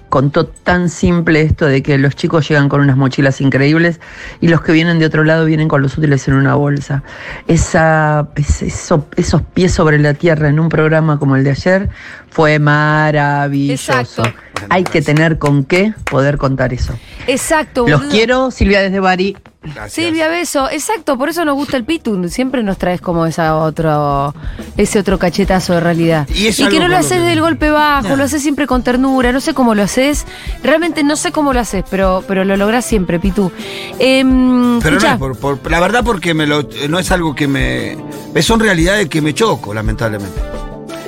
[SPEAKER 3] contó tan simple esto de que los chicos llegan con unas mochilas increíbles y los que vienen de otro lado vienen con los útiles en una bolsa. Esa, es- eso- esos pies sobre la tierra en un programa como el de ayer fue maravilloso.
[SPEAKER 2] Exacto.
[SPEAKER 3] Hay que tener con qué poder contar eso.
[SPEAKER 2] Exacto,
[SPEAKER 3] Los
[SPEAKER 2] boludo.
[SPEAKER 3] quiero, Silvia desde Bari.
[SPEAKER 4] Gracias.
[SPEAKER 2] Silvia Beso, exacto, por eso nos gusta el Pitu, siempre nos traes como esa otro, ese otro cachetazo de realidad.
[SPEAKER 4] Y es
[SPEAKER 2] que
[SPEAKER 4] algo
[SPEAKER 2] no lo
[SPEAKER 4] con lo
[SPEAKER 2] haces
[SPEAKER 4] que-
[SPEAKER 2] del golpe bajo,
[SPEAKER 4] No.
[SPEAKER 2] lo haces siempre con ternura, no sé cómo lo haces, realmente no sé cómo lo haces, pero, pero lo lográs siempre, Pitu. Em,
[SPEAKER 4] Pero no,
[SPEAKER 2] escuchá,
[SPEAKER 4] es por, por- la verdad porque me lo, eh, no es algo que me... eh, Son realidades que me choco, lamentablemente.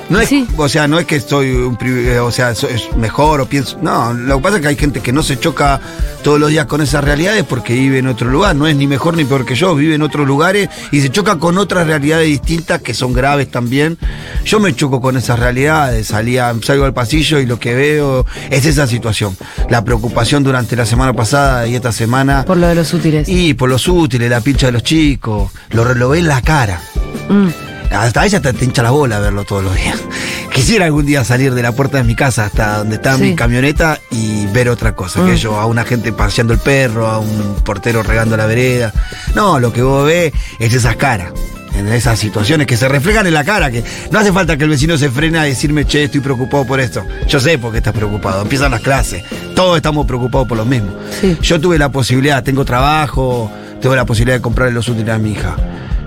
[SPEAKER 4] No es,
[SPEAKER 2] Sí.
[SPEAKER 4] O sea, no es que soy un privi- eh, o sea, soy es mejor o pienso... No, lo que pasa es que hay gente que no se choca todos los días con esas realidades porque vive en otro lugar. No es ni mejor ni peor que yo, vive en otros lugares y se choca con otras realidades distintas que son graves también. Yo me choco con esas realidades, salía, salgo al pasillo y lo que veo es esa situación. La preocupación durante la semana pasada y esta semana...
[SPEAKER 2] por lo de los útiles.
[SPEAKER 4] Y por los útiles, la pincha de los chicos, lo, lo ve en la cara.
[SPEAKER 2] Mm.
[SPEAKER 4] Hasta ella te, te hincha la bola verlo todos los días. [laughs] Quisiera algún día salir de la puerta de mi casa hasta donde está
[SPEAKER 2] Sí.
[SPEAKER 4] mi camioneta y ver otra cosa. Que
[SPEAKER 2] Mm.
[SPEAKER 4] yo, a una gente paseando el perro, a un portero regando la vereda. No, lo que vos ves es esas caras. En esas situaciones que se reflejan en la cara, que no hace falta que el vecino se frene a decirme, che, estoy preocupado por esto. Yo sé por qué estás preocupado. Empiezan las clases. Todos estamos preocupados por lo mismo.
[SPEAKER 2] Sí.
[SPEAKER 4] Yo tuve la posibilidad, tengo trabajo, tengo la posibilidad de comprarle los útiles a mi hija.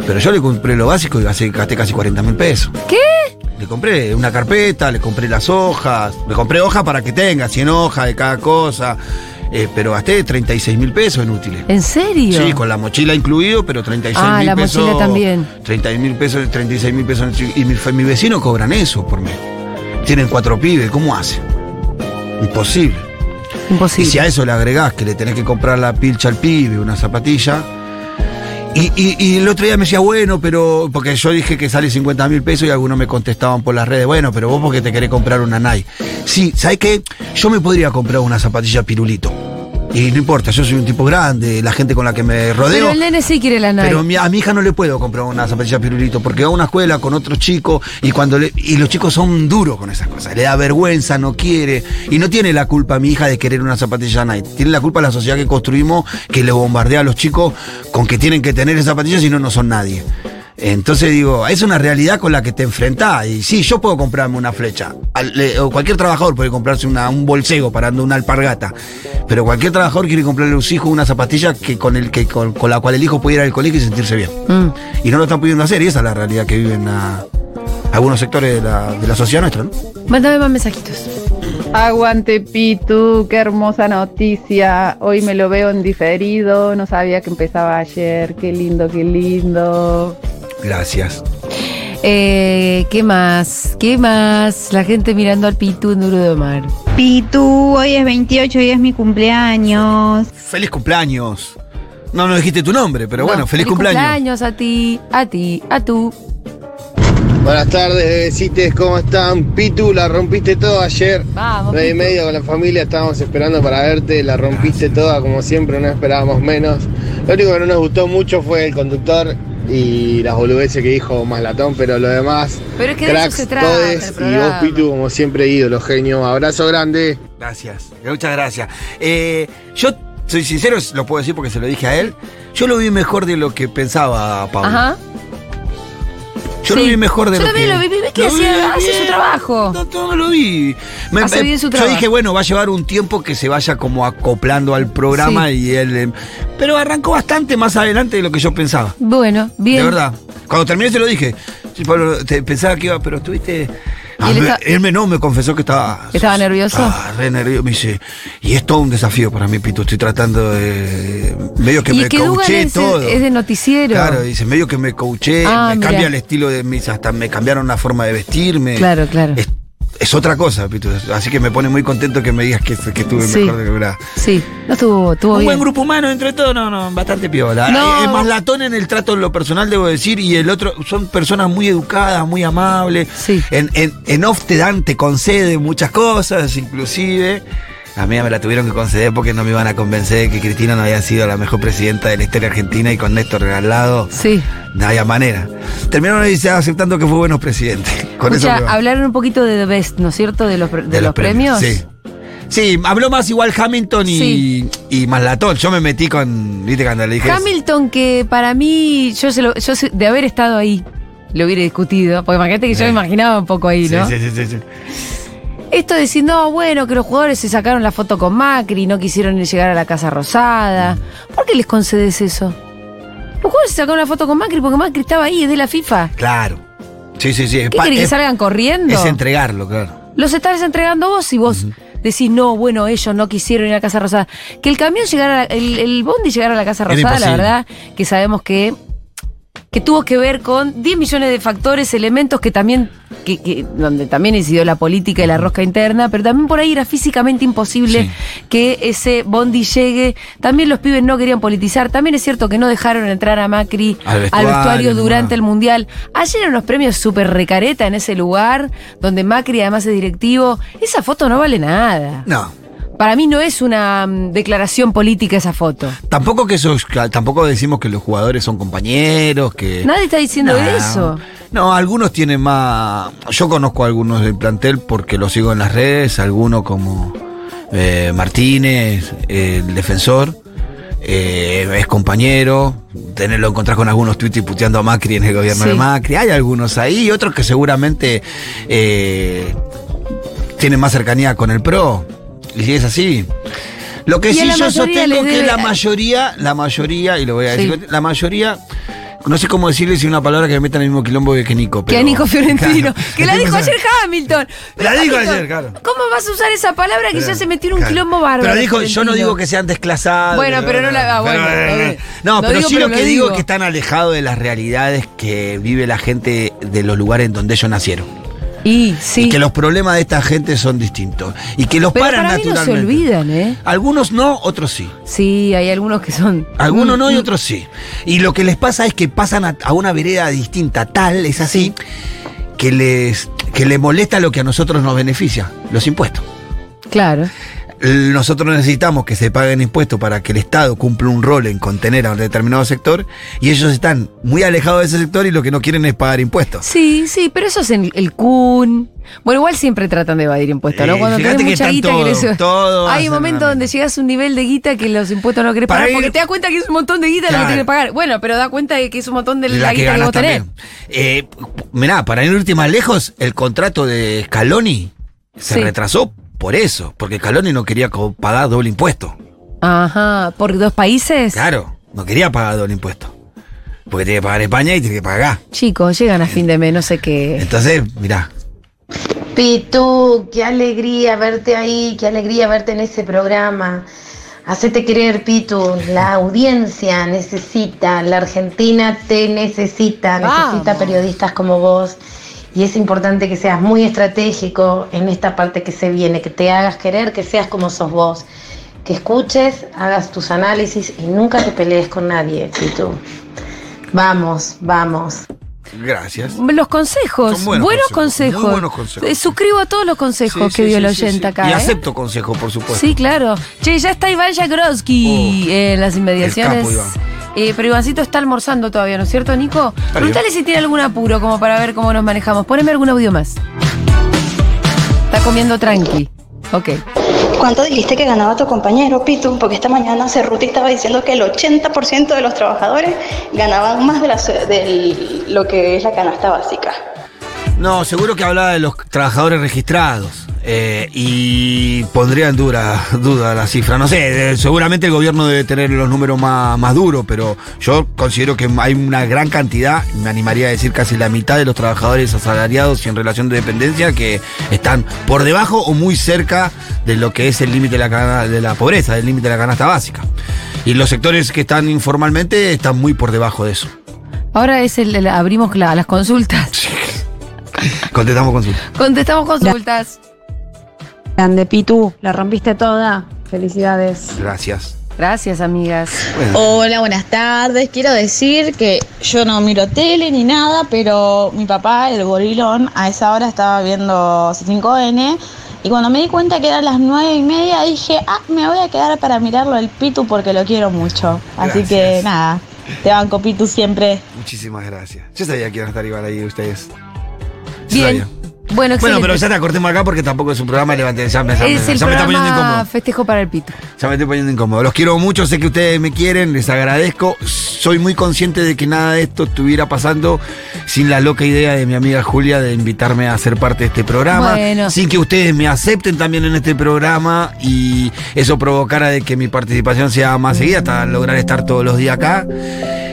[SPEAKER 4] Pero yo le compré lo básico y gasté, gasté casi 40 mil pesos. ¿Qué? Le compré una carpeta, le compré las hojas, le compré hojas para que tenga, 100 hojas de cada cosa. Eh, pero gasté 36 mil pesos en útiles.
[SPEAKER 2] ¿En serio?
[SPEAKER 4] Sí, con la mochila incluido, pero 36
[SPEAKER 2] Ah,
[SPEAKER 4] mil
[SPEAKER 2] la
[SPEAKER 4] pesos.
[SPEAKER 2] mochila también.
[SPEAKER 4] 30 mil pesos, 36 mil pesos. Y mi, fa- mi vecino cobran eso por mí. Tienen cuatro pibes, ¿cómo hacen? Imposible. Y si
[SPEAKER 2] Imposible.
[SPEAKER 4] a eso le agregás que le tenés que comprar la pilcha al pibe, una zapatilla. Y, y- y el otro día me decía, bueno, pero. Porque yo dije que sale 50 mil pesos y algunos me contestaban por las redes, bueno, pero vos porque te querés comprar una Nike. Sí, ¿sabés qué? Yo me podría comprar una zapatilla pirulito. Y no importa, yo soy un tipo grande, la gente con la que me rodeo.
[SPEAKER 2] Pero el nene sí quiere la
[SPEAKER 4] Pero
[SPEAKER 2] nave.
[SPEAKER 4] mi- a mi hija no le puedo comprar una zapatilla pirulito porque va a una escuela con otros chicos y cuando le- y los chicos son duros con esas cosas. Le da vergüenza, no quiere y no tiene la culpa mi hija de querer una zapatilla Nike. Tiene la culpa la sociedad que construimos que le bombardea a los chicos con que tienen que tener esas zapatillas si no no son nadie. Entonces digo, es una realidad con la que te enfrentás. Y sí, yo puedo comprarme una flecha. Al- le- o cualquier trabajador puede comprarse una- un bolsego parando una alpargata. Pero cualquier trabajador quiere comprarle a su hijo una zapatilla que con, el, que con, con la cual el hijo puede ir al colegio y sentirse bien.
[SPEAKER 2] Mm.
[SPEAKER 4] Y no lo están pudiendo hacer, y esa es la realidad que viven ah, algunos sectores de la, de la sociedad nuestra, ¿no?
[SPEAKER 2] Mándame más mensajitos.
[SPEAKER 6] Aguante Pitu, qué hermosa noticia. Hoy me lo veo en diferido, no sabía que empezaba ayer. Qué lindo, qué lindo.
[SPEAKER 4] Gracias.
[SPEAKER 2] Eh, ¿Qué más? ¿Qué más? La gente mirando al Pitu en Duro de Mar.
[SPEAKER 7] Pitu, hoy es 28 y es mi cumpleaños.
[SPEAKER 4] Feliz cumpleaños. No, no dijiste tu nombre, pero bueno,
[SPEAKER 2] No,
[SPEAKER 4] feliz, cumpleaños.
[SPEAKER 2] cumpleaños a ti, a ti, a tú.
[SPEAKER 8] Buenas tardes, bebecites, ¿cómo están? Pitu, la rompiste toda ayer.
[SPEAKER 2] Vamos.
[SPEAKER 8] Nueve y media con la familia, estábamos esperando para verte, la rompiste toda, como siempre, no esperábamos menos. Lo único que no nos gustó mucho fue el conductor y las boludeces que dijo Maslatón, pero lo demás,
[SPEAKER 2] Pero es que de eso
[SPEAKER 8] cracks,
[SPEAKER 2] se trata. el
[SPEAKER 8] todes, y vos,
[SPEAKER 2] programa.
[SPEAKER 8] Pitu, como siempre, ídolo, genio. Abrazo grande.
[SPEAKER 4] Gracias, muchas gracias. Eh, yo soy sincero, lo puedo decir porque se lo dije a él. Yo lo vi mejor de lo que pensaba, Pablo.
[SPEAKER 2] Ajá.
[SPEAKER 4] Yo lo
[SPEAKER 2] Sí.
[SPEAKER 4] vi mejor de
[SPEAKER 2] Yo
[SPEAKER 4] lo
[SPEAKER 2] también
[SPEAKER 4] que...
[SPEAKER 2] lo vi, vi que
[SPEAKER 4] Lo
[SPEAKER 2] hacía-
[SPEAKER 4] vi
[SPEAKER 2] hace
[SPEAKER 4] bien.
[SPEAKER 2] su trabajo.
[SPEAKER 4] No, no, no lo vi. Me-
[SPEAKER 2] Hace
[SPEAKER 4] eh,
[SPEAKER 2] bien su
[SPEAKER 4] Yo
[SPEAKER 2] trabajo.
[SPEAKER 4] dije, bueno, va a llevar un tiempo que se vaya como acoplando al programa
[SPEAKER 2] Sí.
[SPEAKER 4] y él... eh, Pero arrancó bastante más adelante de lo que yo pensaba.
[SPEAKER 2] Bueno, bien.
[SPEAKER 4] De verdad. Cuando terminé se lo dije. Sí, Pablo, te- pensaba que iba, pero estuviste... Ah,
[SPEAKER 2] él
[SPEAKER 4] me-
[SPEAKER 2] está-
[SPEAKER 4] él me, no, me confesó que estaba...
[SPEAKER 2] ¿Estaba nervioso?
[SPEAKER 4] Ah, re nervioso. Me dice, y es todo un desafío para mí, Pito. Estoy tratando de... Medio que
[SPEAKER 2] y
[SPEAKER 4] me
[SPEAKER 2] que Dugan
[SPEAKER 4] coaché
[SPEAKER 2] es,
[SPEAKER 4] todo.
[SPEAKER 2] es de noticiero.
[SPEAKER 4] Claro, dice, medio que me coaché,
[SPEAKER 2] Ah,
[SPEAKER 4] me
[SPEAKER 2] mirá.
[SPEAKER 4] cambia el estilo de mis, hasta me cambiaron la forma de vestirme.
[SPEAKER 2] Claro, claro.
[SPEAKER 4] eh, Es, es otra cosa, Pitu. Así que me pone muy contento que me digas que, que estuve
[SPEAKER 2] Sí.
[SPEAKER 4] mejor de lo que era.
[SPEAKER 2] Sí, no estuvo, estuvo
[SPEAKER 4] Un
[SPEAKER 2] bien.
[SPEAKER 4] buen grupo humano, entre todo, no, no, bastante piola. Eh,
[SPEAKER 2] No.
[SPEAKER 4] Es más latón en el trato en lo personal, debo decir, y el otro, son personas muy educadas, muy amables.
[SPEAKER 2] Sí.
[SPEAKER 4] En, en, en off te dan, te conceden muchas cosas, inclusive. A mí ya me la tuvieron que conceder porque no me iban a convencer de que Cristina no había sido la mejor presidenta de la historia argentina y con Néstor al lado.
[SPEAKER 2] Sí.
[SPEAKER 4] No había manera. Terminaron ahí ya aceptando que fue buenos presidentes. Con
[SPEAKER 2] Escucha,
[SPEAKER 4] eso me va.
[SPEAKER 2] hablaron un poquito de The Best, ¿no es cierto? De los, pre- de los premios.
[SPEAKER 4] Sí. Sí, habló más igual Hamilton y,
[SPEAKER 2] Sí.
[SPEAKER 4] y Maslatón. Yo me metí con. ¿Viste cuando le dije?
[SPEAKER 2] Hamilton, que para mí, yo, se lo, yo se- de haber estado ahí, lo hubiera discutido. Porque imagínate que yo
[SPEAKER 4] Eh.
[SPEAKER 2] me imaginaba un poco ahí,
[SPEAKER 4] Sí,
[SPEAKER 2] ¿no?
[SPEAKER 4] sí, sí, sí, sí.
[SPEAKER 2] Esto de decir, no, bueno, que los jugadores se sacaron la foto con Macri, no quisieron ni llegar a la Casa Rosada. ¿Por qué les concedes eso? Los jugadores se sacaron la foto con Macri porque Macri estaba ahí, es de la FIFA.
[SPEAKER 4] Claro. Sí, sí, sí. Es
[SPEAKER 2] ¿Qué
[SPEAKER 4] pa-
[SPEAKER 2] quiere que
[SPEAKER 4] es-
[SPEAKER 2] salgan corriendo?
[SPEAKER 4] es entregarlo, claro.
[SPEAKER 2] Los estás entregando vos y vos decís, no, bueno, ellos no quisieron ir a la Casa Rosada. Que el camión llegara, a la- el, el bondi llegara a la Casa
[SPEAKER 4] Era
[SPEAKER 2] Rosada, la
[SPEAKER 4] imposible.
[SPEAKER 2] verdad, que sabemos que, que tuvo que ver con 10 millones de factores, elementos que también, que, que- donde también incidió la política y la rosca interna, pero también por ahí era físicamente imposible que ese bondi llegue. También los pibes no querían politizar, también es cierto que no dejaron entrar a Macri
[SPEAKER 4] Al
[SPEAKER 2] al
[SPEAKER 4] vestuario,
[SPEAKER 2] vestuario,
[SPEAKER 4] no.
[SPEAKER 2] durante el Mundial. Ayer eran unos premios súper recareta en ese lugar, donde Macri además es directivo. Esa foto no vale nada.
[SPEAKER 4] No.
[SPEAKER 2] Para mí no es una mm, declaración política esa foto.
[SPEAKER 4] Tampoco que esos, tampoco decimos que los jugadores son compañeros, que.
[SPEAKER 2] Nadie está diciendo
[SPEAKER 4] Eh, No.
[SPEAKER 2] eso.
[SPEAKER 4] No, algunos tienen más. Yo conozco a algunos del plantel porque los sigo en las redes, algunos como eh, Martínez, eh, el defensor, eh, es compañero. Tenerlo encontrás con algunos tweets y puteando a Macri en el gobierno
[SPEAKER 2] Sí.
[SPEAKER 4] de Macri. Hay algunos ahí, y otros que seguramente eh, tienen más cercanía con el PRO. Y es así. Lo que
[SPEAKER 2] Y a
[SPEAKER 4] sí
[SPEAKER 2] la
[SPEAKER 4] yo
[SPEAKER 2] mayoría
[SPEAKER 4] sostengo
[SPEAKER 2] les
[SPEAKER 4] que
[SPEAKER 2] debe-
[SPEAKER 4] la mayoría, la mayoría, y lo voy a
[SPEAKER 2] Sí.
[SPEAKER 4] decir, la mayoría, no sé cómo decirle si una palabra que me meta en el mismo quilombo que Nico.
[SPEAKER 2] Que
[SPEAKER 4] pero-
[SPEAKER 2] a Nico
[SPEAKER 4] [laughs]
[SPEAKER 2] Fiorentino,
[SPEAKER 4] Claro.
[SPEAKER 2] que la dijo ayer Hamilton.
[SPEAKER 4] La dijo
[SPEAKER 2] Hamilton,
[SPEAKER 4] ayer, claro.
[SPEAKER 2] ¿Cómo vas a usar esa palabra que ya se metió en un
[SPEAKER 4] Claro.
[SPEAKER 2] quilombo bárbaro?
[SPEAKER 4] Pero dijo, yo no
[SPEAKER 2] Fiorentino?
[SPEAKER 4] digo que sean desclasados.
[SPEAKER 2] Bueno,
[SPEAKER 4] que-
[SPEAKER 2] pero no la- ah, bueno, está bien.
[SPEAKER 4] No,
[SPEAKER 2] Lo
[SPEAKER 4] pero
[SPEAKER 2] digo,
[SPEAKER 4] sí
[SPEAKER 2] pero
[SPEAKER 4] lo
[SPEAKER 2] lo
[SPEAKER 4] que digo es
[SPEAKER 2] digo.
[SPEAKER 4] que están alejados de las realidades que vive la gente de los lugares en donde ellos nacieron.
[SPEAKER 2] Y sí.
[SPEAKER 4] Y que los problemas de esta gente son distintos. Y que los
[SPEAKER 2] pero
[SPEAKER 4] paran
[SPEAKER 2] para mí no se
[SPEAKER 4] naturalmente.
[SPEAKER 2] olvidan, ¿eh?
[SPEAKER 4] Algunos no, otros sí.
[SPEAKER 2] Sí, hay algunos que son.
[SPEAKER 4] Algunos no y
[SPEAKER 2] Mm,
[SPEAKER 4] otros sí. Y lo que les pasa es que pasan a, a una vereda distinta, tal, es así, que les, que les molesta lo que a nosotros nos beneficia, los impuestos.
[SPEAKER 2] Claro.
[SPEAKER 4] L- Nosotros necesitamos que se paguen impuestos para que el Estado cumpla un rol en contener a un determinado sector y ellos están muy alejados de ese sector y lo que no quieren es pagar impuestos.
[SPEAKER 2] Sí, sí, pero eso es en el CUN. Bueno, igual siempre tratan de evadir impuestos, ¿no?
[SPEAKER 4] Eh,
[SPEAKER 2] Cuando
[SPEAKER 4] fíjate
[SPEAKER 2] tenés
[SPEAKER 4] que
[SPEAKER 2] mucha
[SPEAKER 4] están
[SPEAKER 2] guita
[SPEAKER 4] todo,
[SPEAKER 2] querés-
[SPEAKER 4] todo
[SPEAKER 2] Hay
[SPEAKER 4] hacen
[SPEAKER 2] un momento
[SPEAKER 4] la
[SPEAKER 2] donde
[SPEAKER 4] misma.
[SPEAKER 2] llegas a un nivel de guita que los impuestos no querés
[SPEAKER 4] Para
[SPEAKER 2] pagar
[SPEAKER 4] ir-
[SPEAKER 2] porque te das cuenta que es un montón de guita lo
[SPEAKER 4] Claro.
[SPEAKER 2] que tienes que pagar. Bueno, pero da cuenta de que es un montón de la,
[SPEAKER 4] La que
[SPEAKER 2] guita que,
[SPEAKER 4] ganas
[SPEAKER 2] vos tenés.
[SPEAKER 4] también. Eh, mirá, para ir última lejos, el contrato de Scaloni se
[SPEAKER 2] Sí.
[SPEAKER 4] retrasó por eso, porque Scaloni no quería co- pagar doble impuesto.
[SPEAKER 2] Ajá, por dos países.
[SPEAKER 4] Claro, no quería pagar doble impuesto. Porque tiene que pagar España y tiene que pagar acá.
[SPEAKER 2] Chicos, llegan a fin de mes, no sé qué.
[SPEAKER 4] Entonces, mirá.
[SPEAKER 9] Pitu, qué alegría verte ahí, qué alegría verte en ese programa. Hacete creer, Pitu, la audiencia necesita, la Argentina te necesita, necesita periodistas como vos. Y es importante que seas muy estratégico en esta parte que se viene, que te hagas querer, que seas como sos vos, que escuches, hagas tus análisis y nunca te pelees con nadie, Pitu. Vamos, vamos.
[SPEAKER 4] Gracias.
[SPEAKER 2] Los consejos,
[SPEAKER 4] Son
[SPEAKER 2] buenos, consejos.
[SPEAKER 4] Muy buenos consejos.
[SPEAKER 2] Eh, Suscribo a todos los consejos
[SPEAKER 4] Sí,
[SPEAKER 2] que
[SPEAKER 4] sí,
[SPEAKER 2] dio
[SPEAKER 4] sí,
[SPEAKER 2] la
[SPEAKER 4] sí,
[SPEAKER 2] oyenta
[SPEAKER 4] sí.
[SPEAKER 2] acá.
[SPEAKER 4] Y
[SPEAKER 2] ¿eh?
[SPEAKER 4] acepto consejos, por supuesto.
[SPEAKER 2] Sí, claro. Che, ya está Iván Jagrodsky en las inmediaciones.
[SPEAKER 4] Oh, el capo,
[SPEAKER 2] Eh, pero Ivancito está almorzando todavía, ¿no es cierto, Nico? Pregúntale si tiene algún apuro como para ver cómo nos manejamos. Poneme algún audio más. Está comiendo tranqui. Ok.
[SPEAKER 10] ¿Cuánto dijiste que ganaba tu compañero, Pitu? Porque esta mañana Cerruti estaba diciendo que el 80% de los trabajadores ganaban más de, la su- del- lo que es la canasta básica.
[SPEAKER 4] No, seguro que hablaba de los trabajadores registrados. eh, y pondría en dura, duda la cifra. No sé, eh, seguramente el gobierno debe tener los números más, más duros, pero yo considero que hay una gran cantidad, me animaría a decir casi la mitad de los trabajadores asalariados y en relación de dependencia que están por debajo o muy cerca de lo que es el límite de la, cana- de la pobreza, del límite de la canasta básica. Y los sectores que están informalmente están muy por debajo de eso.
[SPEAKER 2] Ahora es el, el- abrimos la- las consultas.
[SPEAKER 4] Contestamos con su.
[SPEAKER 2] Contestamos consultas.
[SPEAKER 11] Grande Pitu, la rompiste toda. Felicidades.
[SPEAKER 4] Gracias.
[SPEAKER 2] Gracias, amigas.
[SPEAKER 12] Hola, buenas tardes. Quiero decir que yo no miro tele ni nada, pero mi papá, el gorilón, a esa hora estaba viendo C5N. Y cuando me di cuenta que eran las nueve y media, dije, ah, me voy a quedar para mirarlo el Pitu porque lo quiero mucho. Así que nada, te banco Pitu siempre.
[SPEAKER 4] Muchísimas gracias. Yo sabía que iban a estar igual ahí ustedes. Yo
[SPEAKER 2] Bien.
[SPEAKER 4] sabía.
[SPEAKER 2] Bueno, excelente.
[SPEAKER 4] Bueno, pero ya te acortemos acá porque tampoco es un programa levante. Ya me, ya me-
[SPEAKER 2] es el
[SPEAKER 4] ya me está poniendo
[SPEAKER 2] programa
[SPEAKER 4] incómodo.
[SPEAKER 2] Festejo para el Pito.
[SPEAKER 4] Ya me estoy poniendo incómodo. Los quiero mucho, sé que ustedes me quieren, les agradezco. Soy muy consciente de que nada de esto estuviera pasando sin la loca idea de mi amiga Julia de invitarme a ser parte de este programa.
[SPEAKER 2] Bueno.
[SPEAKER 4] Sin que ustedes me acepten también en este programa y eso provocara de que mi participación sea más seguida hasta lograr estar todos los días acá.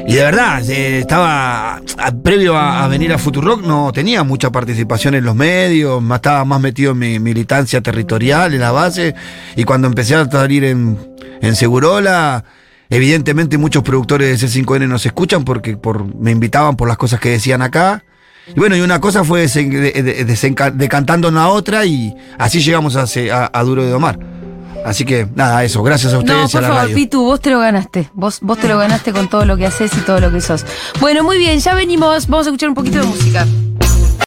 [SPEAKER 4] Y de verdad, eh, estaba a- previo a, a venir a Futurock, no tenía mucha participación en los medios, ma- estaba más metido en mi militancia territorial, en la base, y cuando empecé a salir en, en Segurola, evidentemente muchos productores de C5N nos escuchan porque por, me invitaban por las cosas que decían acá. Y bueno, y una cosa fue desen- de- de- desenca- decantando una a otra y así llegamos a, se- a- a Duro de Omar. Así que nada, eso, gracias a ustedes
[SPEAKER 2] No,
[SPEAKER 4] y a
[SPEAKER 2] por
[SPEAKER 4] la
[SPEAKER 2] favor,
[SPEAKER 4] radio.
[SPEAKER 2] Pitu, vos te lo ganaste. Vos, vos te lo ganaste con todo lo que haces y todo lo que sos. Bueno, muy bien, ya venimos. Vamos a escuchar un poquito de música.